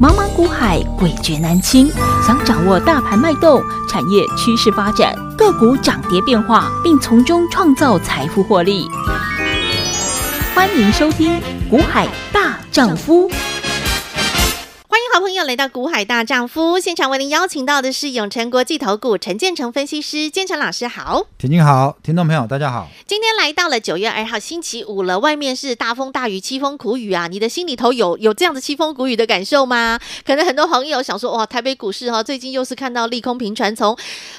茫茫股海，诡谲难清。想掌握大盘脉动、产业趋势发展、个股涨跌变化，并从中创造财富获利，欢迎收听《股海大丈夫》。欢迎好朋友来到《股海大丈夫》现场，为您邀请到的是永诚国际投顾陈建成分析师，建成老师好。田静好，听众朋友大家好。今天来到了九月二号星期五了，外面是大风大雨、凄风苦雨啊！你的心里头有有这样的凄风苦雨的感受吗？可能很多朋友想说，哇，台北股市哈、最近又是看到利空频传，从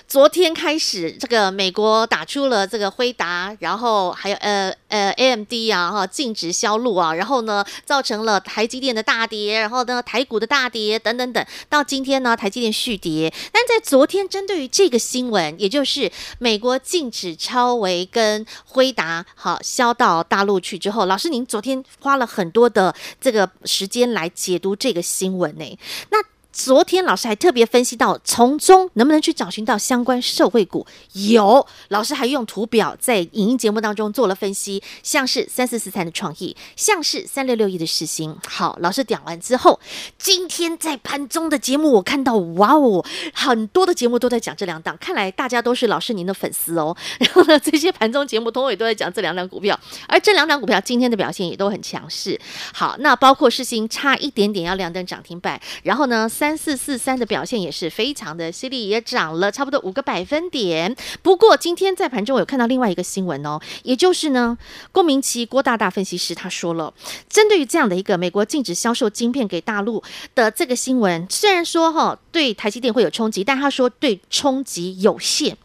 昨天开始，这个美国打出了这个辉达，然后还有呃呃 AMD 啊哈禁止销路啊，然后呢造成了台积电的大跌，然后呢台股的大跌等等等，到今天呢台积电续跌，但在昨天针对于这个新闻，也就是美国禁止超维跟辉达好销到大陆去之后，老师您昨天花了很多的这个时间来解读这个新闻呢、那昨天老师还特别分析到，从中能不能去找寻到相关受惠股？有，老师还用图表在影音节目当中做了分析，像是三四四三的创意，像是三六六一的世星。好，老师讲完之后，今天在盘中的节目，我看到哇哦，很多的节目都在讲这两档，看来大家都是老师您的粉丝哦。 然后呢，这些盘中节目通通也都在讲这两档股票，而这两档股票今天的表现也都很强势。好，那包括世星差一点点要亮灯涨停板，然后呢，三四四三的表现也是非常的犀利，也涨了差不多五个百分点。不过今天在盘中有看到另外一个新闻哦，也就是呢，郭明奇郭大大分析师他说了，针对于这样的一个美国禁止销售晶片给大陆的这个新闻，虽然说哈、对台积电会有冲击，但他说对冲击有限。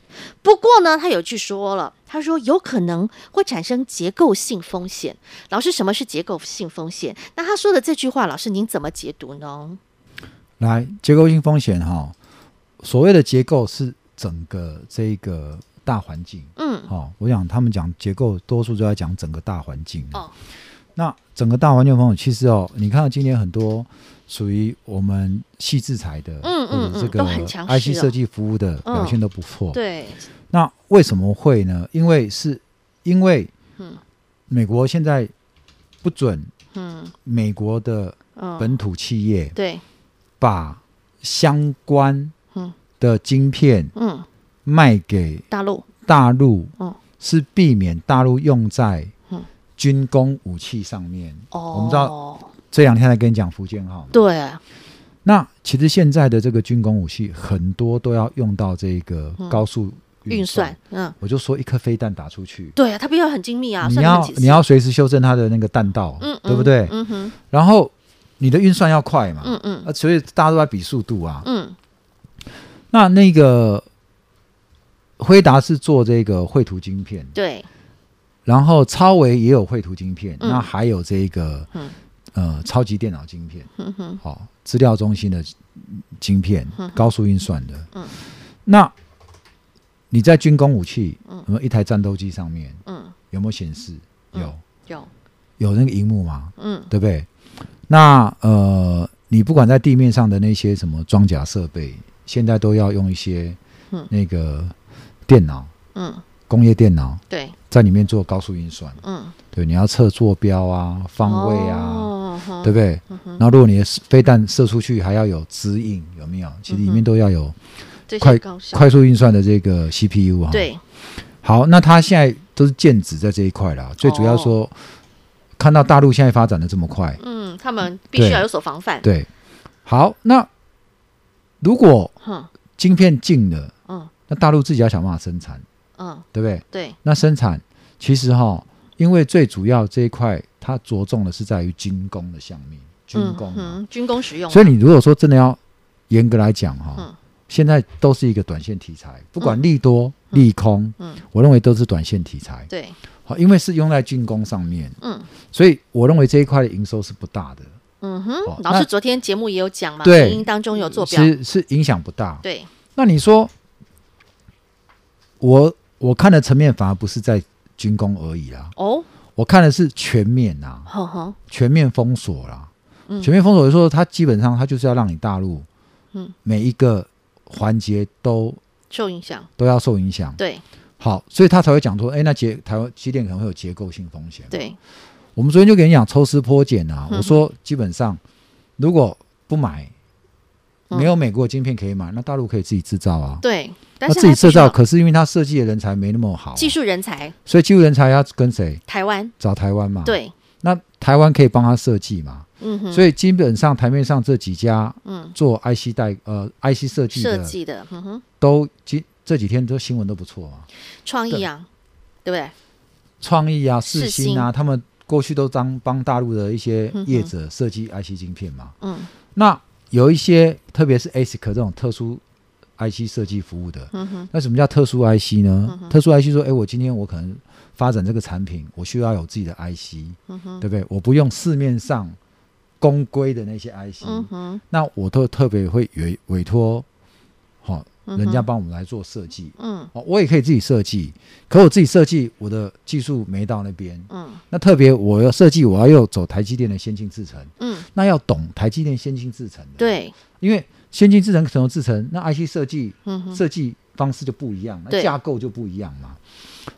不过呢，他有句说了，他说有可能会产生结构性风险。老师，什么是结构性风险？那他说的这句话，老师您怎么解读呢？来，结构性风险哈、所谓的结构是整个这个大环境。嗯，哦，我想他们讲结构，多数都在讲整个大环境。哦，那整个大环境的朋友，其实哦，你看到今年很多属于我们细制裁的，嗯嗯或者这嗯都很强势个哦嗯 IC 设计服务的表现都不错。对，那为什么会呢？因为是因为嗯美国现在不准嗯美国的嗯，本土企业对，把相关嗯的晶片嗯，卖给大陆，大陆嗯，是避免大陆用在嗯军工武器上面。哦，我们知道这两天来跟你讲福建号嘛，对，那其实现在的这个军工武器很多都要用到这个嗯高速运算算，。嗯，我就说一颗飞弹打出去。对啊，它必须要很精密啊，你算得很要仔细你要随时修正它的那个弹道，嗯，对不对？嗯哼，然后你的运算要快嘛，嗯嗯啊，所以大家都在比速度啊。嗯，那那个辉达是做这个绘图晶片，对，然后超维也有绘图晶片，嗯那还有这个、嗯呃超级电脑晶片，嗯哼，好、资料中心的嗯晶片，高速运算的。嗯那你在军工武器，嗯有没有一台战斗机上面嗯，有没有显示？有、有，有那个荧幕吗？嗯对不对？那呃，你不管在地面上的那些什么装甲设备，现在都要用一些嗯那个电脑、嗯，工业电脑对，在里面做高速运算，嗯，对，你要测坐标啊、方位啊，哦，哼对不对？嗯哼然后如果你的飞弹射出去，还要有指引，有没有？其实里面都要嗯有这快些高手，快速运算的这个 CPU 啊。，对，好，那它现在都是剑指在这一块啦，最主哦要说、看到大陆现在发展的这么快，嗯，他们必须对要有所防范，对，好，那如果哼，晶片进了，嗯那大陆自己要想办法生产，嗯，对不对？对，那生产其实哈，因为最主要这一块它着重的是在于军工的项面，军工嗯嘛、哼，军工使用，所以你如果说真的要严格来讲哈，嗯现在都是一个短线题材，不管利多、利空，嗯，我认为都是短线题材。对，好，因为是用在军工上面，嗯所以我认为这一块的营收是不大的，嗯哼哦，老师那昨天节目也有讲嘛，对影音当中有做表，是是影响不大。对，那你说，我我看的层面反而不是在军工而已啦，哦，我看的是全面啊，呵呵，全面封锁嗯啦。全面封锁就是说，它基本上它就是要让你大陆，嗯每一个环节都受影响，都要受影响。对好，所以他才会讲说，哎，那结台湾机电可能会有结构性风险。对，我们昨天就跟你讲抽丝剥�茧啊，嗯我说基本上如果不买，没有美国晶片可以买，那大陆可以自己制造啊。对，但那是自己还不制需要造，可是因为它设计的人才没那么好啊、技术人才，所以技术人才要跟谁？台湾找台湾嘛。，对，那台湾可以帮他设计嘛？嗯哼，所以基本上台面上这几家嗯，做 IC 代呃 IC 设计设的，计的，嗯哼，都今这几天都新闻都不错嘛，创意啊，对不对？创意啊、世世新啊，他们过去都当帮大陆的一些嗯哼业者设计 IC 晶片嘛。嗯那有一些，特别是 ASIC 这种特殊 IC 设计服务的，嗯哼，那什么叫特殊 IC 呢？嗯特殊 IC 说，哎，我今天我可能发展这个产品，我需要有自己的 IC，、嗯哼，对不对？我不用市面上公规的那些 IC，、嗯哼，那我都特别会委委托，好、嗯哼人家帮我们来做设计。嗯哦，我也可以自己设计，可我自己设计，我的技术没到那边。嗯那特别我要设计，我要又走台积电的先进制程，嗯，那要懂台积电先进制程的，对，因为先进制程怎么制程，那 IC 设计嗯哼，设计方式就不一样，那对架构就不一样嘛。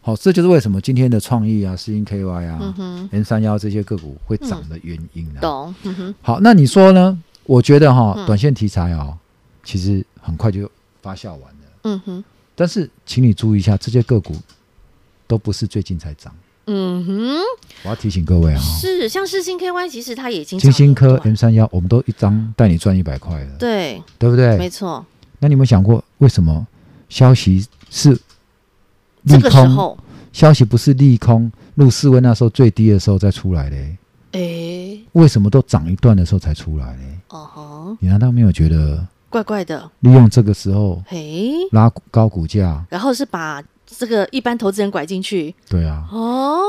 好、这就是为什么今天的创意啊、世英 KY 嗯啊、哼， N 三幺这些个股会涨的原因啊。懂，嗯哼，好，那你说呢？我觉得哈、嗯短线题材哦，其实很快就发酵完了。嗯哼，但是请你注意一下，这些个股都不是最近才涨。嗯哼，我要提醒各位啊、哦，是像世新 KY，其实它也已经金涨星很科嗯多了 M 三幺，我们都一张带你赚一百块了，对，对不没对？错，那你有没有想过，为什么消息是利这个时空？候，消息不是利空，入市位那时候最低的时候再出来嘞？哎，为什么都涨一段的时候才出来嘞？哦吼，你难道没有觉得怪怪的，利用这个时候嘿，拉高股价？然后是把这个一般投资人拐进去，对啊，哦，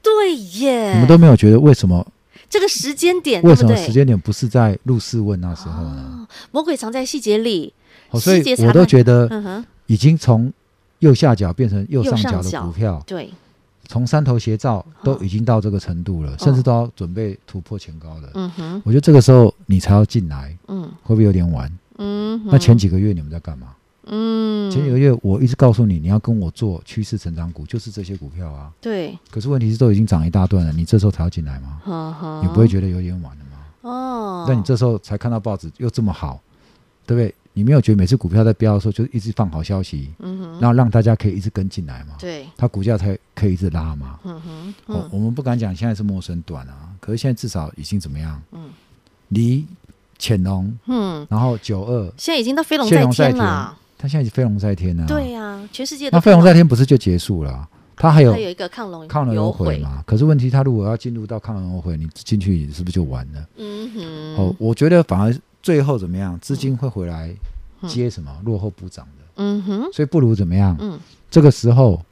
对哎耶，你们都没有觉得为什么？这个时间点，为对什不么对？时间点不是在入市问那时候呢？哦，魔鬼藏在细节里，哦，所以细节我差都太觉得嗯哼，已经从右下角变成右上角右上的角股票，对，从山头斜照都已经到这个程度了，甚至都要准备突破前高了。哦嗯哼，我觉得这个时候你才要进来，嗯会不会有点晚？嗯哼，那前几个月你们在干嘛？嗯前几个月我一直告诉你，你要跟我做趋势成长股，就是这些股票啊。对，可是问题是都已经涨一大段了，你这时候才要进来吗？呵呵，你不会觉得有点晚了吗？哦？那你这时候才看到报纸又这么好，对不对？你没有觉得每次股票在飙的时候就一直放好消息，嗯哼，然后让大家可以一直跟进来嘛？对，它股价才可以一直拉嘛？嗯哼，哦嗯，我们不敢讲现在是陌生短啊，可是现在至少已经怎么样？嗯离潜龙，嗯，然后九二，现在已经到飞龙飞在龙在天天了，它现在是飞龙在天啊。对，呀，全世界那都飞龙看在天不是就结束了啊？它还到有还有一个亢龙抗龙有有悔，嘛？可是问题，它如果要进入到抗龙有悔，你进去你是不是就完了？嗯哼，哦，我觉得反而最后怎么样，资金会回来接什么、落后补涨的，嗯哼，所以不如怎么样？嗯这个时候，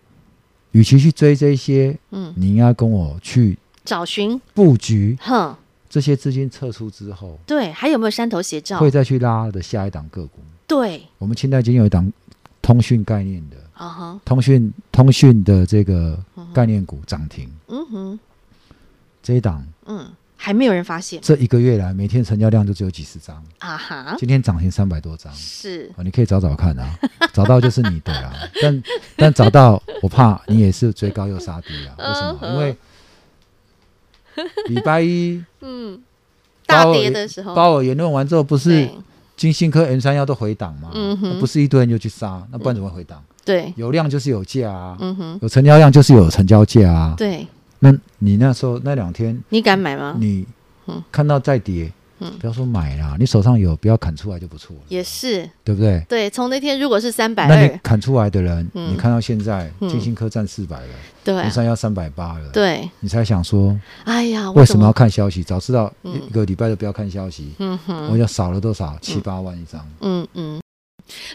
与其去追这些，嗯，你应该跟我去找寻，布局哼，这些资金撤出之后，对，还有没有山头斜照？会再去拉的下一档个股。对，我们清代金有一档通讯概念的啊哈，通讯通讯的这个概念股涨停，嗯哼，这一档嗯，还没有人发现这一个月来每天成交量就只有几十张，啊哈，今天涨停三百多张。是啊，你可以找找看啊， 找到就是你的啦。但但找到，我怕你也是追高又杀低 啊。为嗯什么？因为礼拜一 嗯，大跌的时候，鲍尔言论完之后，不是对金星科 M 三幺都回档嘛？嗯哼那不是一堆人就去杀，那不然怎么会回档？对，有量就是有价啊，嗯哼，有成交量就是有成交价啊。对，那你那时候那两天你敢买吗？你嗯看到再跌嗯，不要说买啦，你手上有不要砍出来就不错了，也是，对不对？对，从那天如果是三百那你二，砍出来的人，嗯你看到现在嗯金星科占四百了，对红啊三幺三百八了，对，你才想说哎呀，为什么要？看消息？早知道嗯一个礼拜都不要看消息，嗯我哼，就少了多少七八万一张。嗯嗯。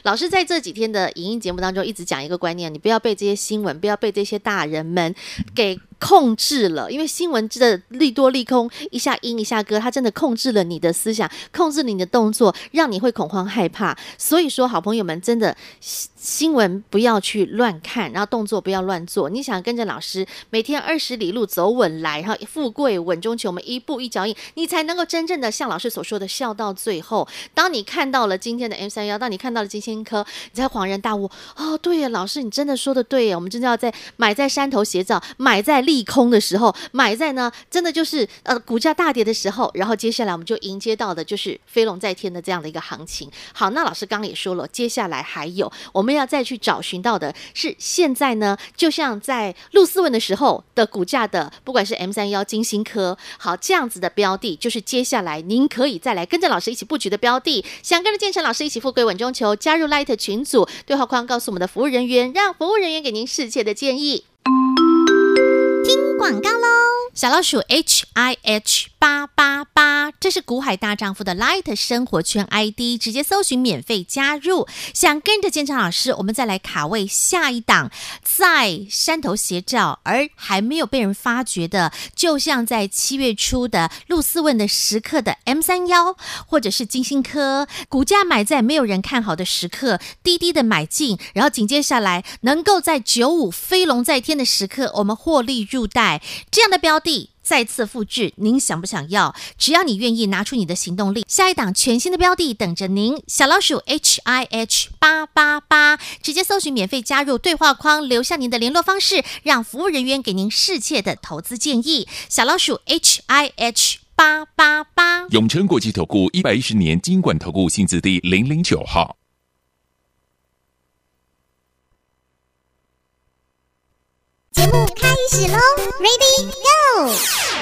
老师在这几天的影音节目当中一直讲一个观念，你不要被这些新闻，不要被这些大人们给控制了，因为新闻真的利多利空，一下阴一下歌，它真的控制了你的思想，控制了你的动作，让你会恐慌害怕。所以说，好朋友们，真的新新闻不要去乱看，然后动作不要乱做。你想跟着老师每天二十里路走稳来，然后富贵稳中求，我们一步一脚印，你才能够真正的像老师所说的笑到最后。当你看到了今天的 M 三幺，当你看到了金星科，你才恍然大悟，哦，对呀，老师你真的说的对呀，我们真的要在买在山头斜照，买在利。利空的时候买在呢，真的就是呃股价大跌的时候，然后接下来我们就迎接到的就是飞龙在天的这样的一个行情。好，那老师刚刚也说了，接下来还有我们要再去找寻到的是现在呢，就像在陆思文的时候的股价的，不管是 M 三幺、金星科，好这样子的标的，就是接下来您可以再来跟着老师一起布局的标的，想跟着建成老师一起富贵稳中求，加入 Light 群组，对话框告诉我们的服务人员，让服务人员给您适切的建议。广告喽！小老鼠 H I H 八八八，这是股海大丈夫的 Light 生活圈 ID，直接搜寻免费加入。想跟着建昌老师，我们再来卡位下一档，在山头斜照而还没有被人发掘的，就像在七月初的陆思问的时刻的 M 三幺，或者是金星科，股价买在没有人看好的时刻，低低的买进，然后紧接下来能够在九五飞龙在天的时刻，我们获利入袋。这样的标的再次复制，您想不想要？只要你愿意拿出你的行动力，下一档全新的标的等着您。小老鼠 H I H 八八八，直接搜寻免费加入对话框，留下您的联络方式，让服务人员给您适切的投资建议。小老鼠 H I H 八八八。永诚国际投顾一百一十年金管投顾新字第零零九号。节目开始喽，Ready Go！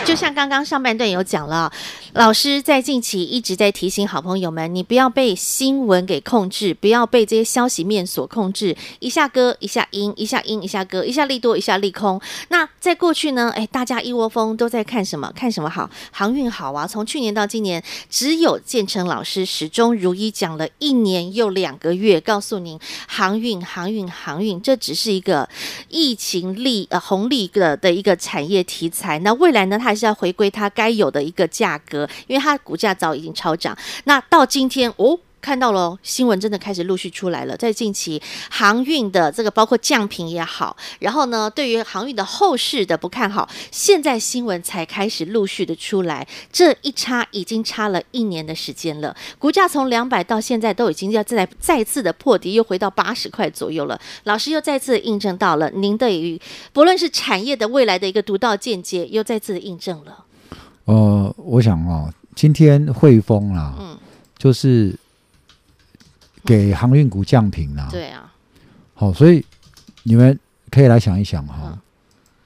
就像刚刚上半段有讲了，老师在近期一直在提醒好朋友们，你不要被新闻给控制，不要被这些消息面所控制，一下歌一下阴，一下阴一下歌，一下利多一下利空。那在过去呢，哎，大家一窝蜂都在看什么？看什么好？航运好啊！从去年到今年，只有建成老师始终如一讲了一年又两个月，告诉您航运、航运、航运，这只是一个疫情利呃红利的的一个产业题材。那未来呢，它还是要回归它该有的一个价格，因为它的股价早已经超涨。那到今天哦。看到了哦新闻，真的开始陆续出来了。在近期航运的这个，包括降频也好，然后呢，对于航运的后市的不看好，现在新闻才开始陆续的出来。这一差已经差了一年的时间了，股价从两百到现在都已经要再再次的破底，又回到八十块左右了。老师又再次印证到了您对于不论是产业的未来的一个独到见解，又再次印证了。呃，我想哦，今天汇丰啦，嗯就是给航运股降平啦、对啊，好、所以你们可以来想一想哈、嗯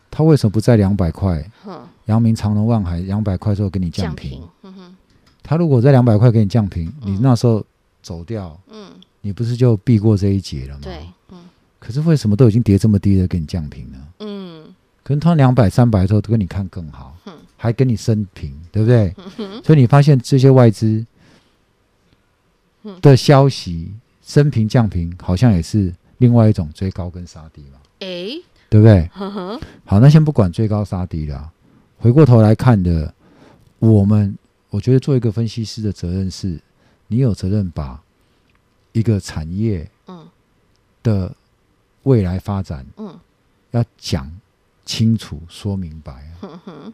它为什么不在两百块？哼，阳明、长隆、万海两百块之后给你降降平频，，嗯哼，它如果在两百块给你降平，嗯你那时候走掉，嗯，你不是就避过这一劫了吗？对。，嗯可是为什么都已经跌这么低了，给你降平呢？嗯，可能它两百、三百的时候都给你看更好，还给你升平，对 不对？所以你发现这些外资的消息升平降平，好像也是另外一种追高跟杀低嘛，诶，对不对？呵呵，好，那先不管追高杀低了啊、回过头来看的，我们我觉得做一个分析师的责任是，你有责任把一个产业嗯的未来发展嗯要讲清楚、说明白啊。哼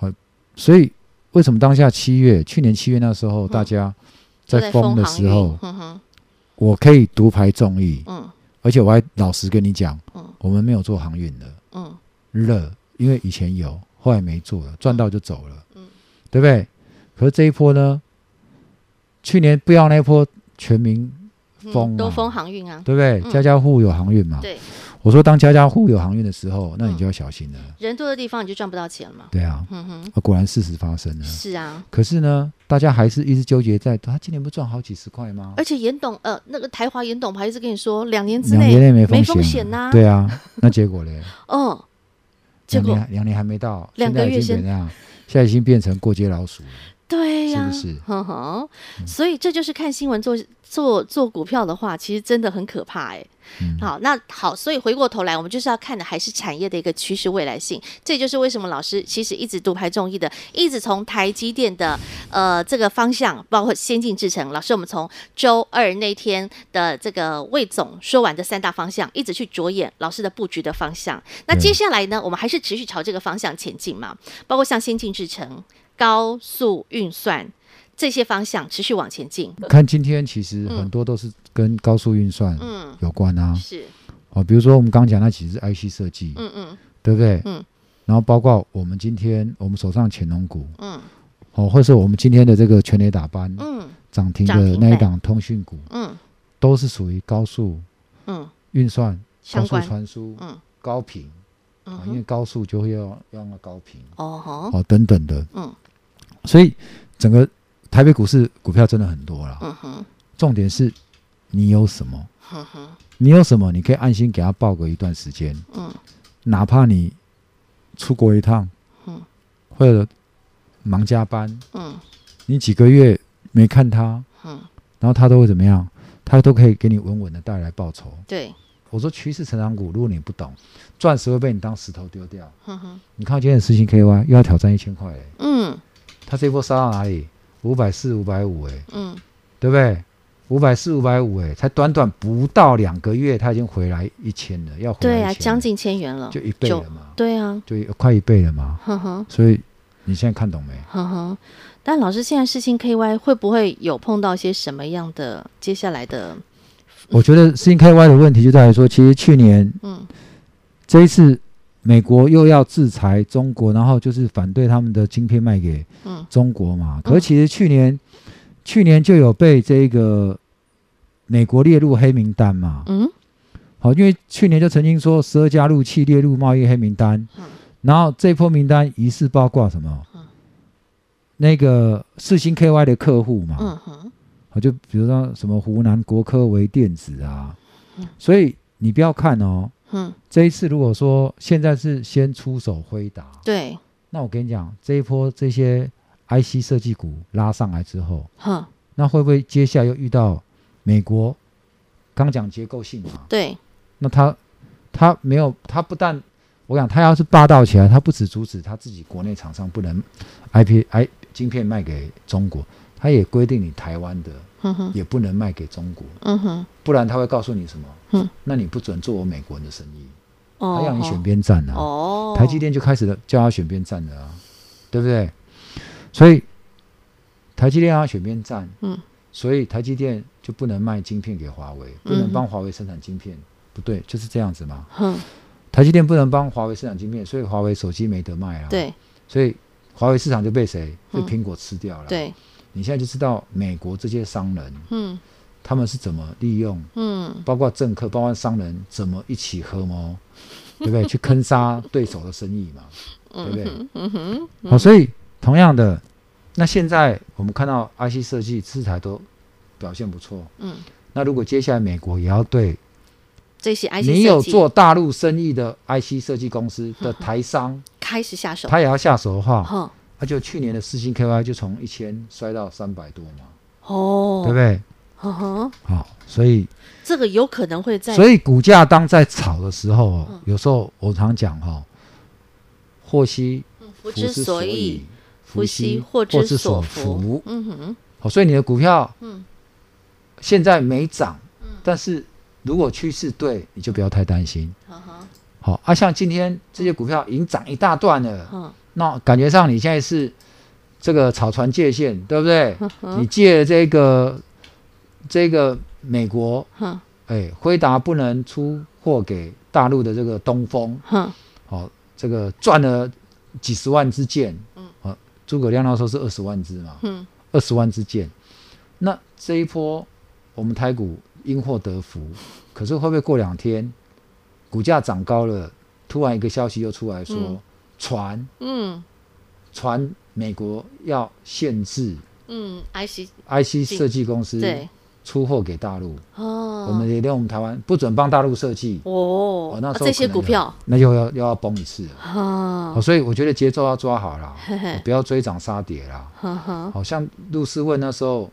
哼，所以为什么当下七月，去年七月那时候，大家嗯就在疯的航时运候，哼哼，我可以独排众议，嗯而且我还老实跟你讲嗯，我们没有做航运的。嗯。热，因为以前有，后来没做了，赚到就走了，嗯对不对？可是这一波呢，去年不要那一波全民疯、啊嗯、都封航运啊，对不对？嗯家家户户有航运嘛。对，嗯我说当家家户户有航运的时候，那你就要小心了。人多的地方你就赚不到钱了嘛。对啊，嗯哼，啊果然事实发生了。是啊，可是呢，大家还是一直纠结在，他今年不赚好几十块吗？而且严董呃，那个台华严董还一直跟你说，两年之两年内没没风险呐、对啊，那结果嘞？哦， 结两果年两年还没到，两现个在月已经先怎样？现在已经变成过街老鼠了。对呀、是不是哼哼，所以这就是看新闻做做做股票的话，其实真的很可怕哎、嗯好，那好，所以回过头来，我们就是要看的还是产业的一个趋势未来性。这也就是为什么老师其实一直独排众议的，一直从台积电的呃这个方向，包括先进制程。老师，我们从周二那天的这个魏总说完的三大方向，一直去着眼老师的布局的方向。那接下来呢，我们还是持续朝这个方向前进嘛，包括像先进制程、高速运算这些方向持续往前进。看今天其实嗯很多都是跟高速运算嗯，有关啊，是，哦，比如说我们刚讲那几只 IC 设计，嗯嗯对不对？嗯，然后包括我们今天我们手上潜龙股，嗯哦，或是我们今天的这个全垒打班嗯涨停涨的停那一板档通讯股，嗯都是属于高速嗯，运算、高相速关，传输、嗯高频，嗯啊因为哼，高速就会要要用到高频，哦吼，哦等等的，嗯所以整个台北股市股票真的很多啦。嗯哼，重点是你有什么？哼哼，你有什么？你可以安心给它报个一段时间，嗯哪怕你出国一趟，嗯或者忙加班，嗯你几个月没看它，嗯，然后它都会怎么样？它都可以给你稳稳的带来报酬。对，我说趋势成长股，如果你不懂，钻石会被你当石头丢掉。哼哼，你看今天的四星 KY 又要挑战一千块嘞，嗯它这一波杀到哪里？五百四、五百五，哎，嗯对不对？五百四、五百五，哎，才短短不到两个月，它已经回来一千了，要回来对1000啊，了将近千元了就，一倍了嘛，对啊，就一快一倍了嘛。哼哼。所以你现在看懂没？哼哼，但老师现在事情 KY 会不会有碰到一些什么样的接下来的？我觉得 C K Y 的问题就在于说，其实去年嗯这一次美国又要制裁中国，然后就是反对他们的晶片卖给嗯中国嘛。可是其实去年、去年就有被这个美国列入黑名单嘛。嗯好，因为去年就曾经说十二家入企列入贸易黑名单，嗯然后这波名单疑似包括什么？嗯那个四星 KY 的客户嘛，嗯哼好就比如说什么湖南国科微电子啊嗯，所以你不要看哦，嗯，这一次如果说现在是先出手挥打，对，那我跟你讲，这一波这些 IC 设计股拉上来之后，哼那会不会接下来又遇到美国刚讲结构性嘛？对，那他他没有，他不但我讲，他要是霸道起来，他不止阻止他自己国内厂商不能 IP I 晶片卖给中国，他也规定你台湾的哼嗯哼也不能卖给中国，嗯哼，不然他会告诉你什么？嗯，那你不准做我美国人的生意，哦他让你选边站啊。哦，台积电就开始了叫他选边站了啊，对不对？所以台积电要选边站，嗯，所以台积电就不能卖晶片给华为，不嗯能哼帮华为生产晶片，不对，就是这样子嘛。哼，台积电不能帮华为生产晶片，所以华为手机没得卖啊。，对所以华为市场就被谁？被嗯苹果吃掉了。，对，你现在就知道美国这些商人嗯他们是怎么利用，嗯包括政客，包括商人怎么一起 合谋，对不对？去坑杀对手的生意嘛，对不对？嗯哼，好、所以同样的，那现在我们看到 IC 设计、制裁都表现不错。嗯，那如果接下来美国也要对这些 IC 你有设计做大陆生意的 IC 设计公司 的台商，开始下手，他也要下手的话，哼那就去年的四星 KY 就从一千摔到三百多嘛，哦，对不对？哼哼，好、所以这个有可能会在所以股价当在炒的时候，哦嗯有时候我常讲哈、哦，祸兮不福知之嗯所所以以，，福兮祸之之所伏伏。。嗯哼，好，所以你的股票，嗯现在没涨，但是如果趋势对，你就不要太担心。哼哼，好，啊，像今天这些股票已经涨一大段了，哼那感觉上你现在是这个草船借箭，对不对？哼你借这个这个美国，哼哎，辉达不能出货给大陆的这个东风，哼，好、这个赚了几十万支箭，嗯，好、诸葛亮那时候是二十万支嘛，嗯，二十万支箭，那这一波我们台股因祸得福，可是会不会过两天股价涨高了，突然一个消息又出来说，嗯传嗯传美国要限制嗯，IC IC 设计公司对出货给大陆，哦，我们也连我们台湾不准帮大陆设计，哦哦，那啊时候这些可能股有票那又要又要崩一次了。哦啊好，，所以我觉得节奏要抓好 啦，嘿嘿哦不要追涨杀跌啦。哈哈，好像陆思问那时候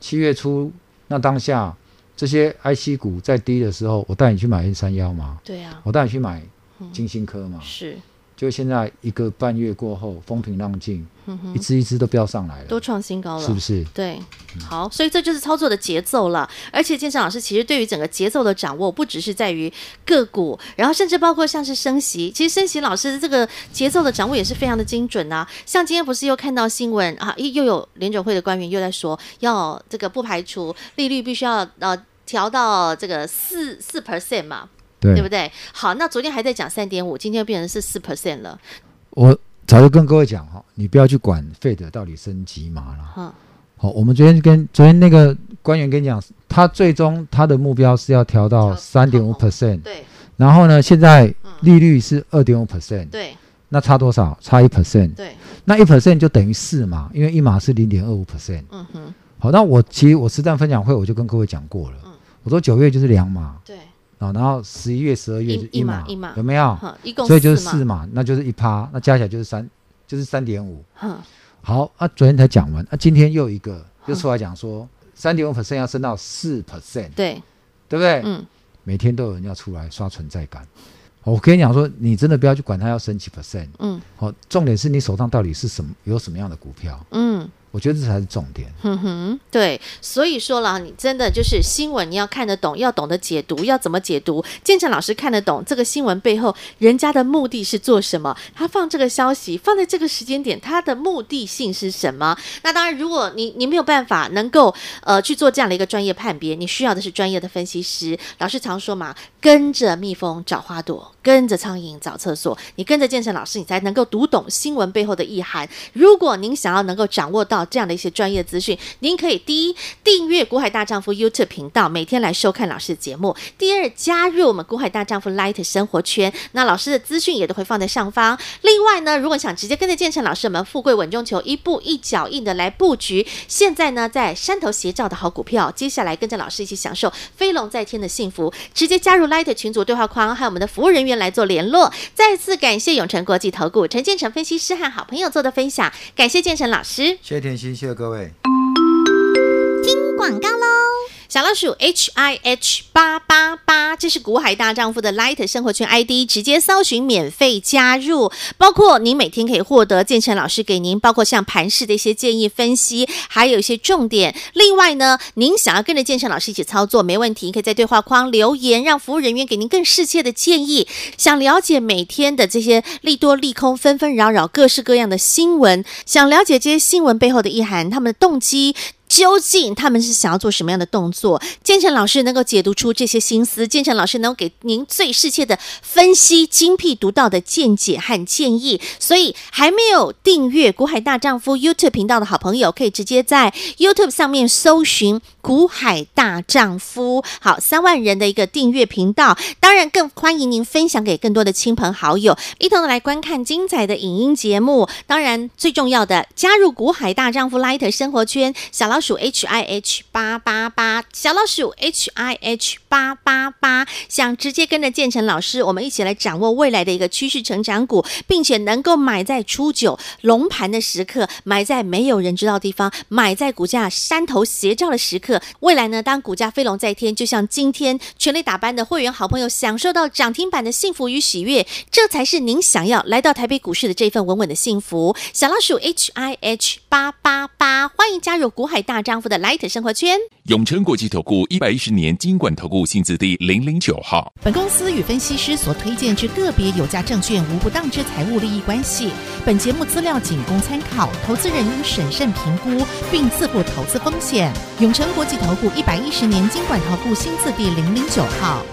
七月初那当下，这些 IC 股在低的时候，我带你去买 N 三幺嘛，对啊，我带你去买嗯金星科嘛，是，就现在一个半月过后，风平浪静，嗯哼，一只一只都飙上来都了，创新高了，是不是？对，嗯好，所以这就是操作的节奏了。而且建成老师其实对于整个节奏的掌握，不只是在于个股，然后甚至包括像是升息，其实升息老师的这个节奏的掌握也是非常的精准呐、像今天不是又看到新闻啊，又又有联准会的官员又在说，要这个不排除利率必须要呃调到这个四四 percent 嘛，对不对，对？好，那昨天还在讲三点五，今天变成是四 percent 了。我早就跟各位讲哈，你不要去管费德到底升级嘛啦。嗯好，好，我们昨天跟昨天那个官员跟你讲，他最终他的目标是要调到三点五 percent，对然后呢，现在嗯利率是二点五 percent，对那差多少？差一 percent，对，那一 percent 就等于四嘛，因为一码是零点二五 percent。嗯哼，好，那我其实我实战分享会我就跟各位讲过了，嗯我说九月就是两码对，啊，然后十一月、十二月就一一码码，一码有没有？嗯好，一共所以就是嘛四，码，那就是一趴，那加起来就是三，就是三点五。嗯哼好，啊，昨天才讲完，啊，今天又一个又出来讲说三点五 percent 要升到四 percent，对，对不对？嗯，每天都有人要出来刷存在感。好我跟你讲说，你真的不要去管它要升几 percent，嗯好、重点是你手上到底是什么有什么样的股票，嗯。我觉得这才是重点。哼哼，对，所以说了，你真的就是新闻，你要看得懂，要懂得解读，要怎么解读？建成老师看得懂这个新闻背后人家的目的是做什么？他放这个消息放在这个时间点，他的目的性是什么？那当然，如果你你没有办法能够呃去做这样的一个专业判别，你需要的是专业的分析师。老师常说嘛，跟着蜜蜂找花朵，跟着苍蝇找厕所。你跟着建成老师，你才能够读懂新闻背后的意涵。如果您想要能够掌握到这样的一些专业资讯，您可以第一订阅《股海大丈夫》YouTube 频道，每天来收看老师的节目；第二，加入我们《股海大丈夫 Light 生活圈》，那老师的资讯也都会放在上方。另外呢，如果想直接跟着建成老师，我们富贵稳中求，一步一脚印的来布局。现在呢，在山头斜照的好股票，接下来跟着老师一起享受飞龙在天的幸福。直接加入 Light 群组对话框，还有我们的服务人员来做联络。再次感谢永诚国际投顾陈建成分析师和好朋友做的分享，感谢建成老师。谢谢甜心，谢谢各位。广告喽。小老鼠 H I H 八八八，这是股海大丈夫的 Light 生活圈 ID，直接搜寻免费加入。包括您每天可以获得建成老师给您，包括像盘式的一些建议分析，还有一些重点。另外呢，您想要跟着建成老师一起操作，没问题，可以在对话框留言，让服务人员给您更适切的建议。想了解每天的这些利多利空、纷纷扰扰、各式各样的新闻，想了解这些新闻背后的意涵、他们的动机。究竟他们是想要做什么样的动作？建成老师能够解读出这些心思，建成老师能够给您最适切的分析、精辟独到的见解和建议。所以，还没有订阅《股海大丈夫》YouTube 频道的好朋友，可以直接在 YouTube 上面搜寻“股海大丈夫”，好，三万人的一个订阅频道。当然，更欢迎您分享给更多的亲朋好友，一同来观看精彩的影音节目。当然，最重要的，加入股海大丈夫 Light 生活圈，小老鼠 H I H 八八八，小老鼠 H I H 八八八。想直接跟着建成老师，我们一起来掌握未来的一个趋势成长股，并且能够买在初九龙盘的时刻，买在没有人知道的地方，买在股价山头斜照的时刻。未来呢，当股价飞龙在天，就像今天全力打班的会员好朋友享受到涨停板的幸福与喜悦，这才是您想要来到台北股市的这份稳稳的幸福。小老鼠 H I H 八八八，欢迎加入股海大丈夫的 Light 生活圈。永诚国际投顾一百一十年金管投顾性质第零零九号。本公司与分析师所推荐之个别有价证券无不当之财务利益关系。本节目资料仅供参考，投资人应审慎评估并自负投资风险。永诚国际投顾一百一十年经管投顾新字第零零九号。